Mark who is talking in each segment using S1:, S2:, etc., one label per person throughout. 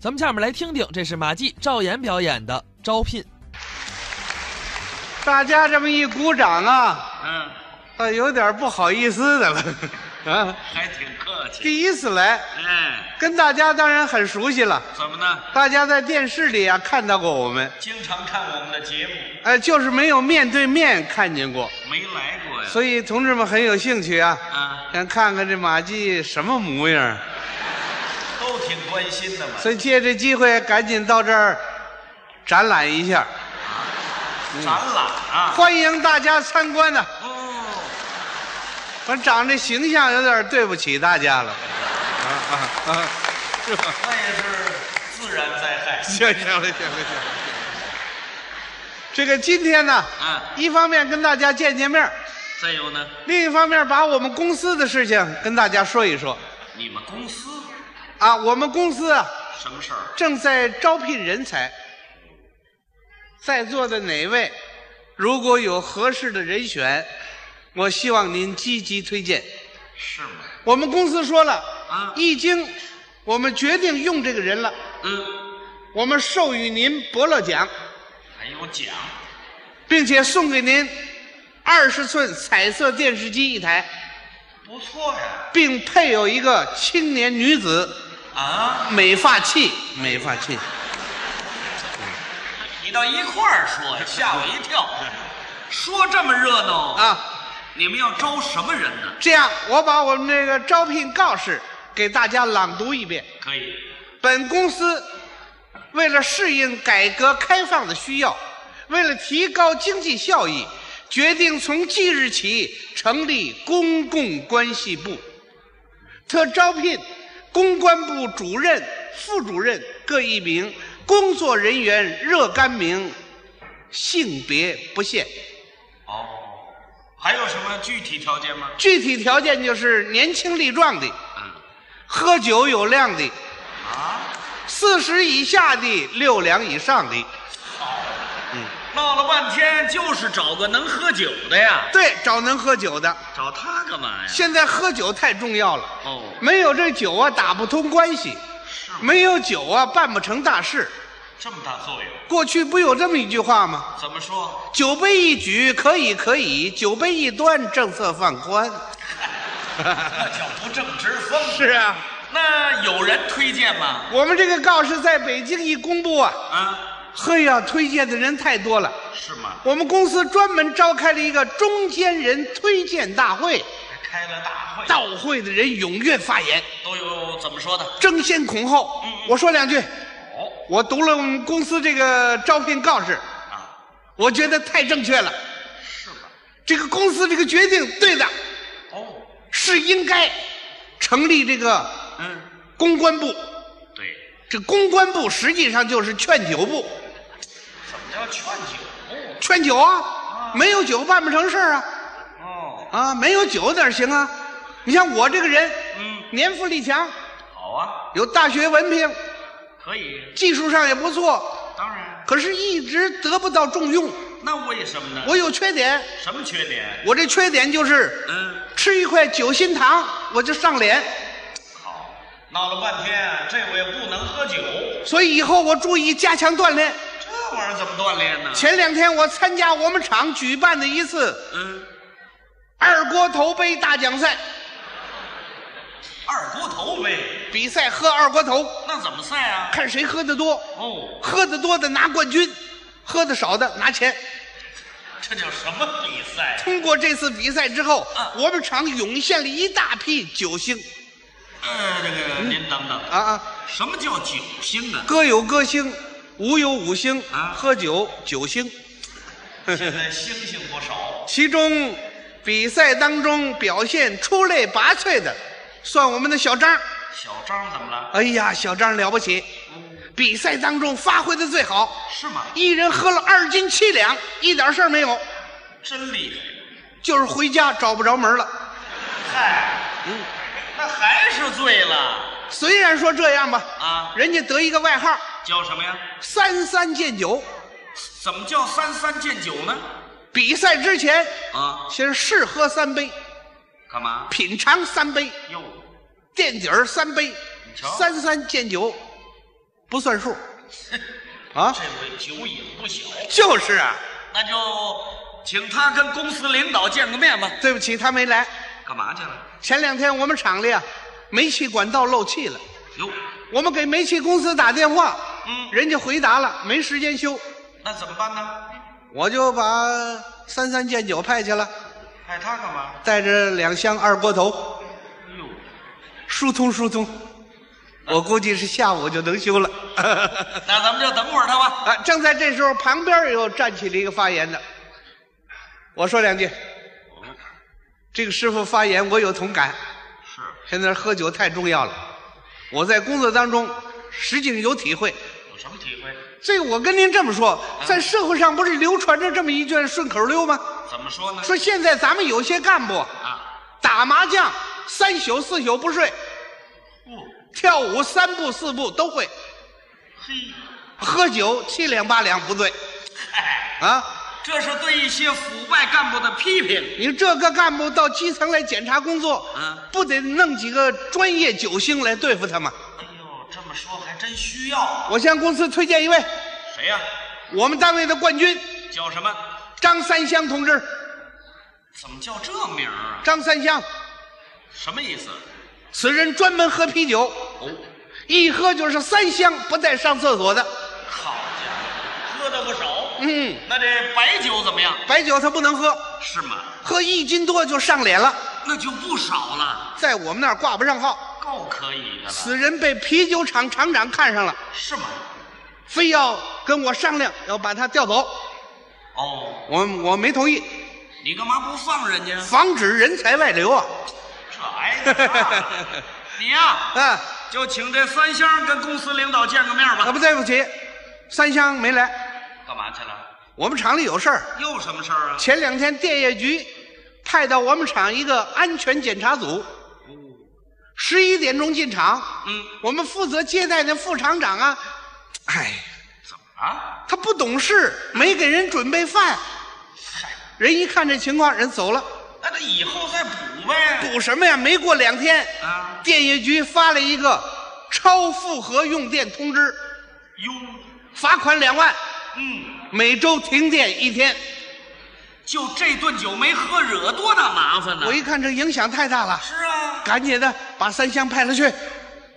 S1: 咱们下面来听听，这是马季、赵岩表演的《招聘》。
S2: 大家这么一鼓掌啊，
S3: 嗯，
S2: 倒有点不好意思的了。 啊，
S3: 还挺客气。
S2: 第一次来，
S3: 哎，
S2: 跟大家当然很熟悉了，
S3: 怎么呢？
S2: 大家在电视里啊看到过我们，
S3: 经常看我们的节目，
S2: 哎，就是没有面对面看见过，
S3: 没来过呀。
S2: 所以同志们很有兴趣啊，
S3: 啊，
S2: 想看看这马季什么模样。
S3: 都挺关心的嘛。
S2: 所以借这机会赶紧到这儿展览一下，
S3: 展览啊，
S2: 欢迎大家参观呢、
S3: 哦，
S2: 我长这形象有点对不起大家了。啊啊啊！是吧？
S3: 那也是自然灾 害。
S2: 行行了，行了，行了。这个今天呢，
S3: 啊，
S2: 一方面跟大家见见面儿，
S3: 再有呢，
S2: 另一方面把我们公司的事情跟大家说一说。
S3: 你们公司
S2: 啊，我们公司啊
S3: 什么事儿？
S2: 正在招聘人才，在座的哪位如果有合适的人选，我希望您积极推荐。
S3: 是吗？
S2: 我们公司说了
S3: 啊
S2: 一经我们决定用这个人了，
S3: 嗯，
S2: 我们授予您伯乐奖。
S3: 还有奖，
S2: 并且送给您二十寸彩色电视机一台，
S3: 不错呀。
S2: 并配有一个青年女子
S3: 啊，
S2: 美发器。美发器，
S3: 你到一块儿说，吓我一跳。说这么热闹
S2: 嗯啊！
S3: 你们要招什么人呢？
S2: 这样我把我们这个招聘告示给大家朗读一遍。
S3: 可以，
S2: 本公司为了适应改革开放的需要，为了提高经济效益，决定从即日起成立公共关系部，特招聘公关部主任、副主任各一名，工作人员若干名，性别不限。
S3: 哦，还有什么具体条件吗？
S2: 具体条件就是年轻力壮的，
S3: 嗯，
S2: 喝酒有量的，
S3: 啊，
S2: 四十以下的，六两以上的。
S3: 闹了半天就是找个能喝酒的呀，
S2: 对，找能喝酒的。
S3: 找他干嘛呀？
S2: 现在喝酒太重要了，
S3: 哦，
S2: 没有这酒啊，打不通关系；
S3: 是吗
S2: 没有酒啊，办不成大事。
S3: 这么大作用，
S2: 过去不有这么一句话吗？
S3: 怎么说？
S2: 酒杯一举，可以可以；酒杯一端，政策放宽。
S3: 那叫不正之风。
S2: 是啊，
S3: 那有人推荐吗？
S2: 我们这个告示在北京一公布啊，
S3: 啊，
S2: 嘿呀，推荐的人太多了。
S3: 是吗？
S2: 我们公司专门召开了一个中间人推荐大会，
S3: 还开了大会，
S2: 到会的人踊跃发言，
S3: 都有怎么说的？
S2: 争先恐后。我说两句，
S3: 哦，
S2: 我读了我们公司这个招聘告示，
S3: 啊，
S2: 我觉得太正确了。
S3: 是吧？
S2: 这个公司这个决定对的，
S3: 哦，
S2: 是应该成立这个
S3: 嗯，
S2: 公关部。
S3: 对，
S2: 这公关部实际上就是劝酒部，
S3: 怎么叫劝酒？
S2: 劝酒啊，没有酒办不成事儿啊，
S3: 哦，
S2: 啊，没有酒哪行啊？你像我这个人，
S3: 嗯，
S2: 年富力强，
S3: 好啊，
S2: 有大学文凭，
S3: 可以，
S2: 技术上也不错，
S3: 当然。
S2: 可是一直得不到重用。
S3: 那为什么呢？
S2: 我有缺点，
S3: 什么缺点？
S2: 我这缺点就是
S3: 嗯。
S2: 吃一块酒心糖我就上脸，
S3: 好，闹了半天啊，这我也不能喝酒，
S2: 所以以后我注意加强锻炼。
S3: 这玩意儿怎么锻炼呢？
S2: 前两天我参加我们厂举办的一次
S3: 嗯，
S2: 二锅头杯大奖赛
S3: 二锅头呗，
S2: 比赛，喝二锅头，
S3: 那怎么赛啊？
S2: 看谁喝得多，
S3: 哦，
S2: 喝得多的拿冠军，喝得少的拿钱。
S3: 这叫什么比赛？
S2: 通过这次比赛之后
S3: 啊，
S2: 我们厂涌现了一大批酒星
S3: 呃，这个您等等，
S2: 啊啊，
S3: 什么叫酒星 啊？
S2: 歌有歌星，舞有舞星
S3: 啊，
S2: 喝酒酒星。
S3: 现在星星不少，
S2: 其中比赛当中表现出类拔萃的，算我们的小张。
S3: 小张怎么了？
S2: 哎呀，小张了不起，比赛当中发挥的最好，
S3: 是吗？
S2: 一人喝了二斤七两，一点事儿没有，
S3: 真厉害！
S2: 就是回家找不着门了。
S3: 嗨，
S2: 嗯，
S3: 那还是醉了
S2: 虽然说这样吧，
S3: 啊？
S2: 人家得一个外号
S3: 叫什么呀？
S2: “三三见酒
S3: 怎么叫三三见酒呢？”，
S2: 比赛之前
S3: 啊，
S2: 先试喝三杯，
S3: 干嘛？
S2: 品尝三杯，
S3: 哟，
S2: 垫底儿三杯，
S3: 瞧
S2: 三三见酒。不算 数，啊，
S3: 这回酒瘾不小，
S2: 就是啊，
S3: 那就请他跟公司领导见个面吧。
S2: 对不起，他没来。
S3: 干嘛去了？
S2: 前两天我们厂里啊，煤气管道漏气了，
S3: 哟，
S2: 我们给煤气公司打电话，
S3: 嗯
S2: 人家回答了没时间修，
S3: 那怎么办呢？
S2: 我就把三三见九派去了，
S3: 派他干嘛？
S2: 带着两箱二锅头，
S3: 哎呦，
S2: 疏通疏通，我估计是下午就能修了。
S3: 那咱们就等会儿他吧。
S2: 啊，正在这时候，旁边又站起了一个发言的，我说两句。这个师傅发言，我有同感。
S3: 是，
S2: 现在喝酒太重要了，我在工作当中实际上有体会。
S3: 有什么体会？
S2: 这个我跟您这么说，在社会上不是流传着这么一句顺口溜吗？
S3: 怎么说呢？
S2: 说现在咱们有些干部
S3: 啊，
S2: 打麻将三宿四宿不睡，
S3: 不，
S2: 跳舞三步四步都会，
S3: 嘿，
S2: 喝酒七两八两不醉
S3: 嗨，
S2: 啊。
S3: 这是对一些腐败干部的批评。
S2: 你这个干部到基层来检查工作，
S3: 啊
S2: 不得弄几个专业酒星来对付他吗？
S3: 哎呦，这么说还真需要。
S2: 我向公司推荐一位，
S3: 谁呀、
S2: 我们单位的冠军
S3: 叫什么？
S2: 张三香同志。
S3: 怎么叫这名儿啊？
S2: 张三香，
S3: 什么意思？
S2: 此人专门喝啤酒，
S3: 哦，
S2: 一喝就是三箱，不带上厕所的。
S3: 好家伙，喝的不少。
S2: 嗯，
S3: 那这白酒怎么样？
S2: 白酒他不能喝，
S3: 是吗？
S2: 喝一斤多就上脸了，
S3: 那就不少了，
S2: 在我们那儿挂不上号。
S3: 够可以的了，
S2: 此人被啤酒厂厂长看上了，
S3: 是吗？
S2: 非要跟我商量，要把他调走。
S3: 哦，
S2: 我我没同意，
S3: 你干嘛不放人家？
S2: 防止人才外流啊。
S3: 这挨着呢你呀、
S2: 啊，
S3: 就请这三香跟公司领导见个面
S2: 可
S3: 吧。
S2: 不对不起，三香没来，
S3: 干嘛去了？
S2: 我们厂里有事儿。
S3: 又什么事儿啊？
S2: 前两天电业局派到我们厂一个安全检查组，十一点钟进厂。
S3: 嗯，
S2: 我们负责接待的副厂长啊，哎，
S3: 怎么了？
S2: 他不懂事，没给人准备饭。人一看这情况，人走了。
S3: 哎那这以后再补呗。
S2: 补什么呀？没过两天，
S3: 啊
S2: 电业局发了一个超负荷用电通知，
S3: 哟，
S2: 罚款两万，
S3: 嗯，
S2: 每周停电一天。
S3: 啊就这顿酒没喝，惹多大麻烦呢？
S2: 我一看这影响太大了，
S3: 是啊，
S2: 赶紧的把三香派了去，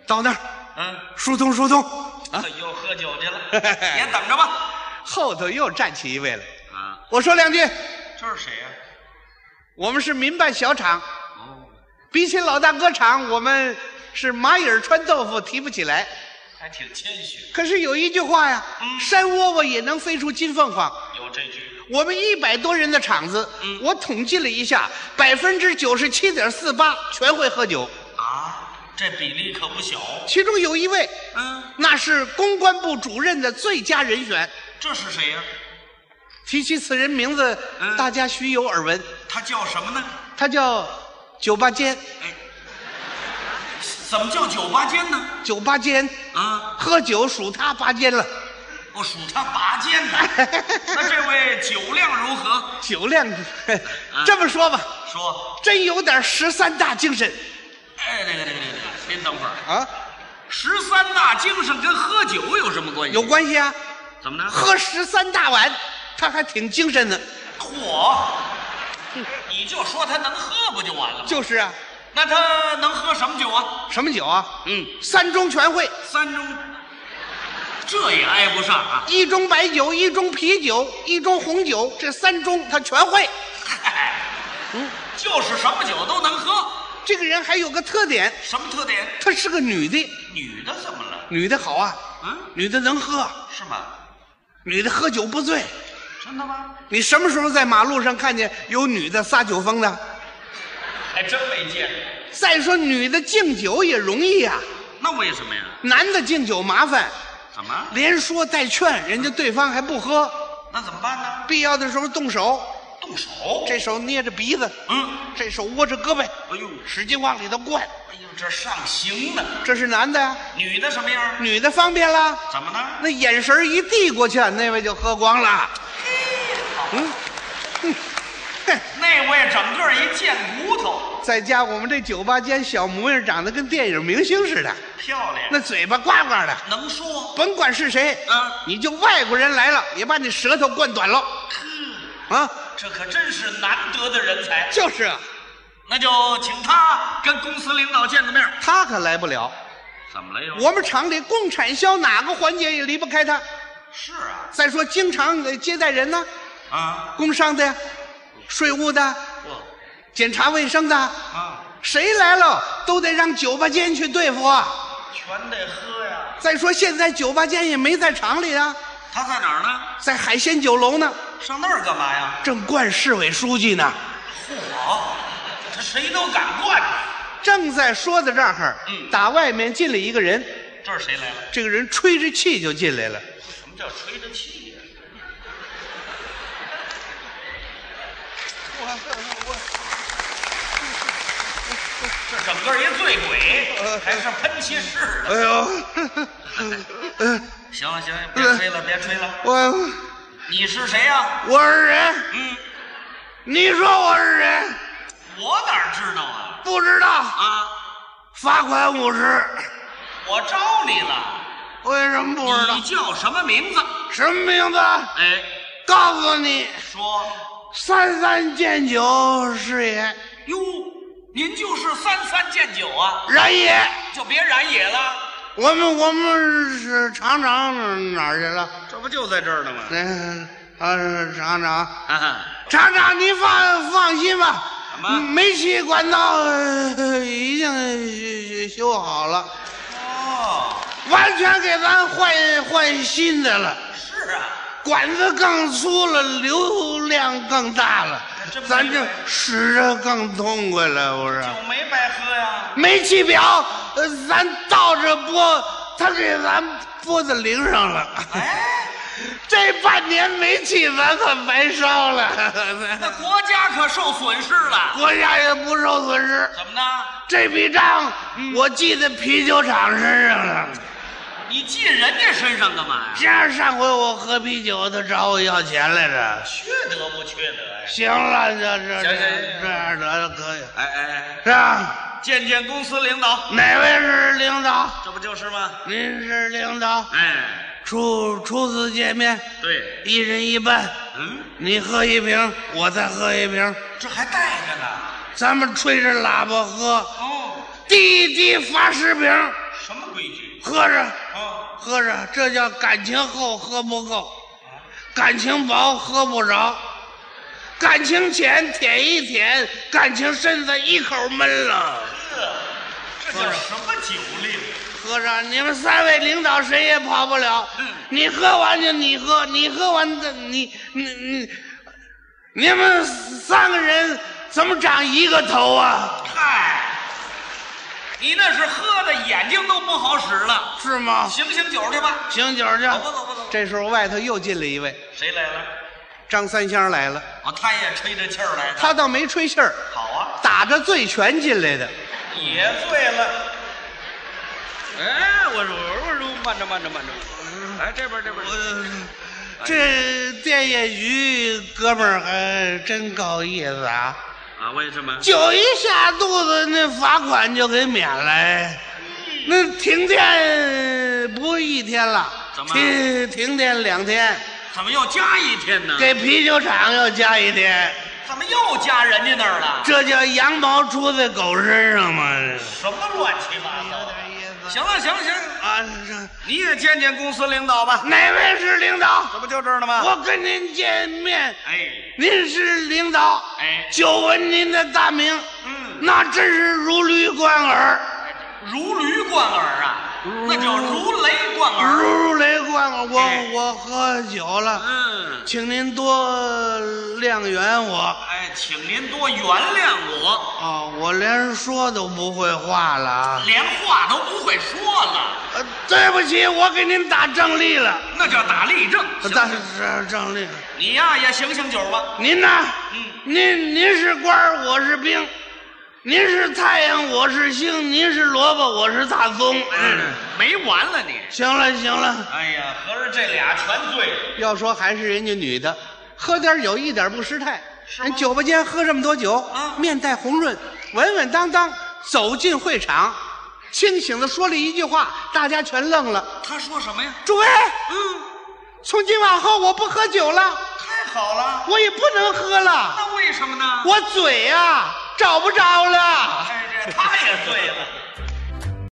S2: 到那儿
S3: 嗯，
S2: 疏通疏通啊。
S3: 哎呦，喝酒去了， 也等着吧。
S2: 后头又站起一位来，
S3: 啊，
S2: 我说两句，
S3: 这是谁啊呀、
S2: 我们是民办小厂，
S3: 哦，
S2: 比起老大哥厂，我们是蚂蚁儿穿豆腐提不起来。
S3: 还挺谦虚，
S2: 可是有一句话呀，
S3: 嗯
S2: 山窝窝也能飞出金凤凰。
S3: 有这句。
S2: 我们一百多人的厂子，
S3: 嗯
S2: 我统计了一下，百分之九十七点四八全会喝酒，
S3: 啊，这比例可不小。
S2: 其中有一位，
S3: 嗯，
S2: 那是公关部主任的最佳人选。
S3: 这是谁啊呀、
S2: 提起此人名字，
S3: 嗯
S2: 大家须有耳闻，
S3: 他叫什么呢？
S2: 他叫酒吧间，
S3: 哎，怎么叫酒吧间呢？
S2: 酒吧间，
S3: 啊，
S2: 喝酒数他八间了，
S3: 我数他拔尖呢。那这位酒量如何？
S2: 酒量， 这么说吧，
S3: 说，
S2: 真有点十三大精神
S3: 哎，那个那个那个那个，您等会儿，
S2: 啊，
S3: 十三大精神跟喝酒有什么关系？
S2: 有关系啊，
S3: 怎么呢？
S2: 喝十三大碗，他还挺精神的，
S3: 嚯！你就说他能喝不就完了吗？
S2: 就是啊，
S3: 那他能喝什么酒啊？
S2: 什么酒啊？
S3: 嗯，
S2: 三中全会。
S3: 三中，这也挨不上啊。
S2: 一盅白酒，一盅啤酒，一盅红酒，这三盅他全会。
S3: 就是什么酒都能喝。
S2: 这个人还有个特点，
S3: 什么特点？
S2: 她是个女的，
S3: 女的怎么了？
S2: 女的好啊，
S3: 嗯，
S2: 女的能喝，啊
S3: 是吗？
S2: 女的喝酒不醉。
S3: 真的吗？
S2: 你什么时候在马路上看见有女的撒酒疯的？
S3: 还真没见过。
S2: 再说女的敬酒也容易啊，
S3: 那为什么呀？
S2: 男的敬酒麻烦，
S3: 怎么？
S2: 连说带劝，人家对方还不喝，
S3: 那怎么办呢？
S2: 必要的时候动手，
S3: 动手。
S2: 这手捏着鼻子，
S3: 嗯，
S2: 这手握着胳膊，
S3: 哎呦，
S2: 使劲往里头灌，
S3: 哎呦，这上刑呢。
S2: 这是男的呀，
S3: 女的什么样？
S2: 女的方便啦。
S3: 怎么呢？
S2: 那眼神一递过去，那位就喝光了。嗯，哼，哼
S3: 那位整个一贱骨头。
S2: 再加我们这酒吧间小模样长得跟电影明星似的，
S3: 漂亮，
S2: 那嘴巴呱呱的，
S3: 能说
S2: 甭管是谁，
S3: 啊
S2: 你就外国人来了，也把你舌头灌短了，
S3: 嗯
S2: 啊，
S3: 这可真是难得的人才。
S2: 就是啊，
S3: 那就请他跟公司领导见个面儿。
S2: 他可来不了。
S3: 怎么了又？
S2: 我们厂里供产销哪个环节也离不开他。
S3: 是啊，
S2: 再说，经常呃接待人呢，
S3: 啊，
S2: 工商的、税务的、
S3: 我
S2: 检查卫生的，
S3: 啊，
S2: 谁来了都得让酒吧间去对付啊。
S3: 全得喝呀。
S2: 再说，现在酒吧间也没在厂里啊，
S3: 他在哪儿呢？
S2: 在海鲜酒楼呢，
S3: 上那儿干嘛呀？
S2: 正灌市委书记呢。
S3: 嚯，他谁都敢惯着。
S2: 正在说到这儿，
S3: 嗯
S2: 打外面进来一个人，
S3: 这是谁来了？
S2: 这个人吹着气就进来了。
S3: 什么叫吹着气呀？
S2: 我我
S3: 这整个一醉鬼，还是喷气式的。
S2: 哎 呦，
S3: 行了行了，别吹了别吹了。
S2: 我
S3: 你是谁啊呀？
S2: 我是人。
S3: 嗯，
S2: 你说我是谁？
S3: 我哪知道啊？
S2: 不知道，
S3: 啊，
S2: 罚款五十。
S3: 我招你了。
S2: 为什么不知道
S3: 你？叫什么名字？
S2: 什么名字？
S3: 哎，
S2: 告诉你，
S3: 说
S2: 三三见酒是也，
S3: 哟，您就是三三见酒啊，
S2: 然也。
S3: 就别染野了。
S2: 我们我们是厂长哪儿去了？
S3: 这不就在这儿呢吗？
S2: 嗯，啊，厂长，
S3: 啊，
S2: 厂长，你放放心吧
S3: 怎，么
S2: 煤气管道、呃已经修修好了，
S3: 哦，
S2: 完全给咱换换新的了。
S3: 是啊，
S2: 管子更粗了，流量更大了
S3: 还真，不
S2: 咱
S3: 明
S2: 这
S3: 白
S2: 使着更痛快了，不是？
S3: 酒没白喝呀。
S2: 煤气表，呃，咱倒着拨，他给咱拨到零上了。
S3: 哎，
S2: 这半年煤气咱可白烧了，
S3: 那国家可受损失了。
S2: 国家也不受损失。
S3: 怎么呢？
S2: 这笔账我记在啤酒厂身上了。
S3: 你记人家身上干嘛呀？
S2: 这样上回我喝啤酒，他找我要钱来着。
S3: 缺德不缺德呀？
S2: 行了，这这
S3: 行行行
S2: 这样得了，可以。
S3: 哎哎，
S2: 是吧？
S3: 哎见见公司领导，
S2: 哪位是领导？
S3: 这不就是吗？
S2: 您是领导，
S3: 哎，
S2: 初初次见面，
S3: 对，
S2: 一人一半，
S3: 嗯，
S2: 你喝一瓶，我再喝一瓶，
S3: 这还带着呢。
S2: 咱们吹着喇叭喝，
S3: 哦，
S2: 滴滴罚十瓶，
S3: 什么规矩？
S2: 喝着
S3: 哦，
S2: 喝着，这叫感情厚喝不够，感情薄喝不着，感情浅舔一舔，感情深的一口闷了。
S3: 这叫什么酒令？
S2: 和尚，你们三位领导谁也跑不了。
S3: 嗯
S2: 你喝完就你喝，你喝完的你你你，你们三个人怎么长一个头啊？
S3: 嗨，哎你那是喝的眼睛都不好使了，
S2: 是吗？
S3: 醒醒酒去吧。
S2: 醒酒去。
S3: 走吧走吧走吧
S2: 这时候外头又进来一位，
S3: 谁来了？
S2: 张三香来了，
S3: 啊，他也吹着气儿来的。
S2: 他倒没吹气儿，
S3: 好啊，
S2: 打着醉拳进来的。
S3: 哎也醉了。哎，我说我说慢着慢着慢着，哎，这边这边，
S2: 这电业局哥们儿还真够意思啊！
S3: 啊，为什么？
S2: 酒一下肚子，那罚款就给免
S3: 嗯
S2: 了。那停电不是一天了，
S3: 怎么
S2: 停停电两天，
S3: 怎么又加一天呢？
S2: 给啤酒厂又加一天，
S3: 怎么又加人家那儿了？
S2: 这叫羊毛出在狗身上吗？
S3: 什么乱七八糟的？行了行了行了，
S2: 啊，这
S3: 你也见见公司领导吧。
S2: 哪位是领导？
S3: 这不就这儿呢吗？
S2: 我跟您见面，
S3: 哎，
S2: 您是领导，
S3: 哎
S2: 久闻您的大名，
S3: 嗯
S2: 那真是如驴贯耳。
S3: 如驴贯耳啊，那叫如雷贯耳。
S2: 如雷贯耳，
S3: 啊哎
S2: 我我喝酒了，
S3: 嗯，
S2: 请您多谅解我
S3: 哎，请您多原谅我，
S2: 啊！我连说都不会话了啊！
S3: 连话都不会说了，
S2: 呃对不起，我给您打正例了，
S3: 那叫打立正。
S2: 打
S3: 行
S2: 是正例了。
S3: 你呀也醒醒酒吧。
S2: 您呢？
S3: 嗯
S2: 您您是官儿，我是兵；您是太阳，我是星；您是萝卜，我是大葱。嗯，
S3: 哎没完了你。
S2: 行了行了，
S3: 哎呀，合着这俩全醉了。
S2: 要说还是人家女的，喝点酒一点不失态。
S3: 是吗
S2: 人酒吧间喝这么多酒，
S3: 啊
S2: 面带红润，稳稳当当走进会场，清醒的说了一句话，大家全愣了。
S3: 他说什么呀？
S2: 诸位，
S3: 嗯，
S2: 从今往后我不喝酒了，
S3: 太好了。
S2: 我也不能喝了，啊
S3: 那为什么呢？
S2: 我嘴呀、找不着了。
S3: 哎，这他也醉了。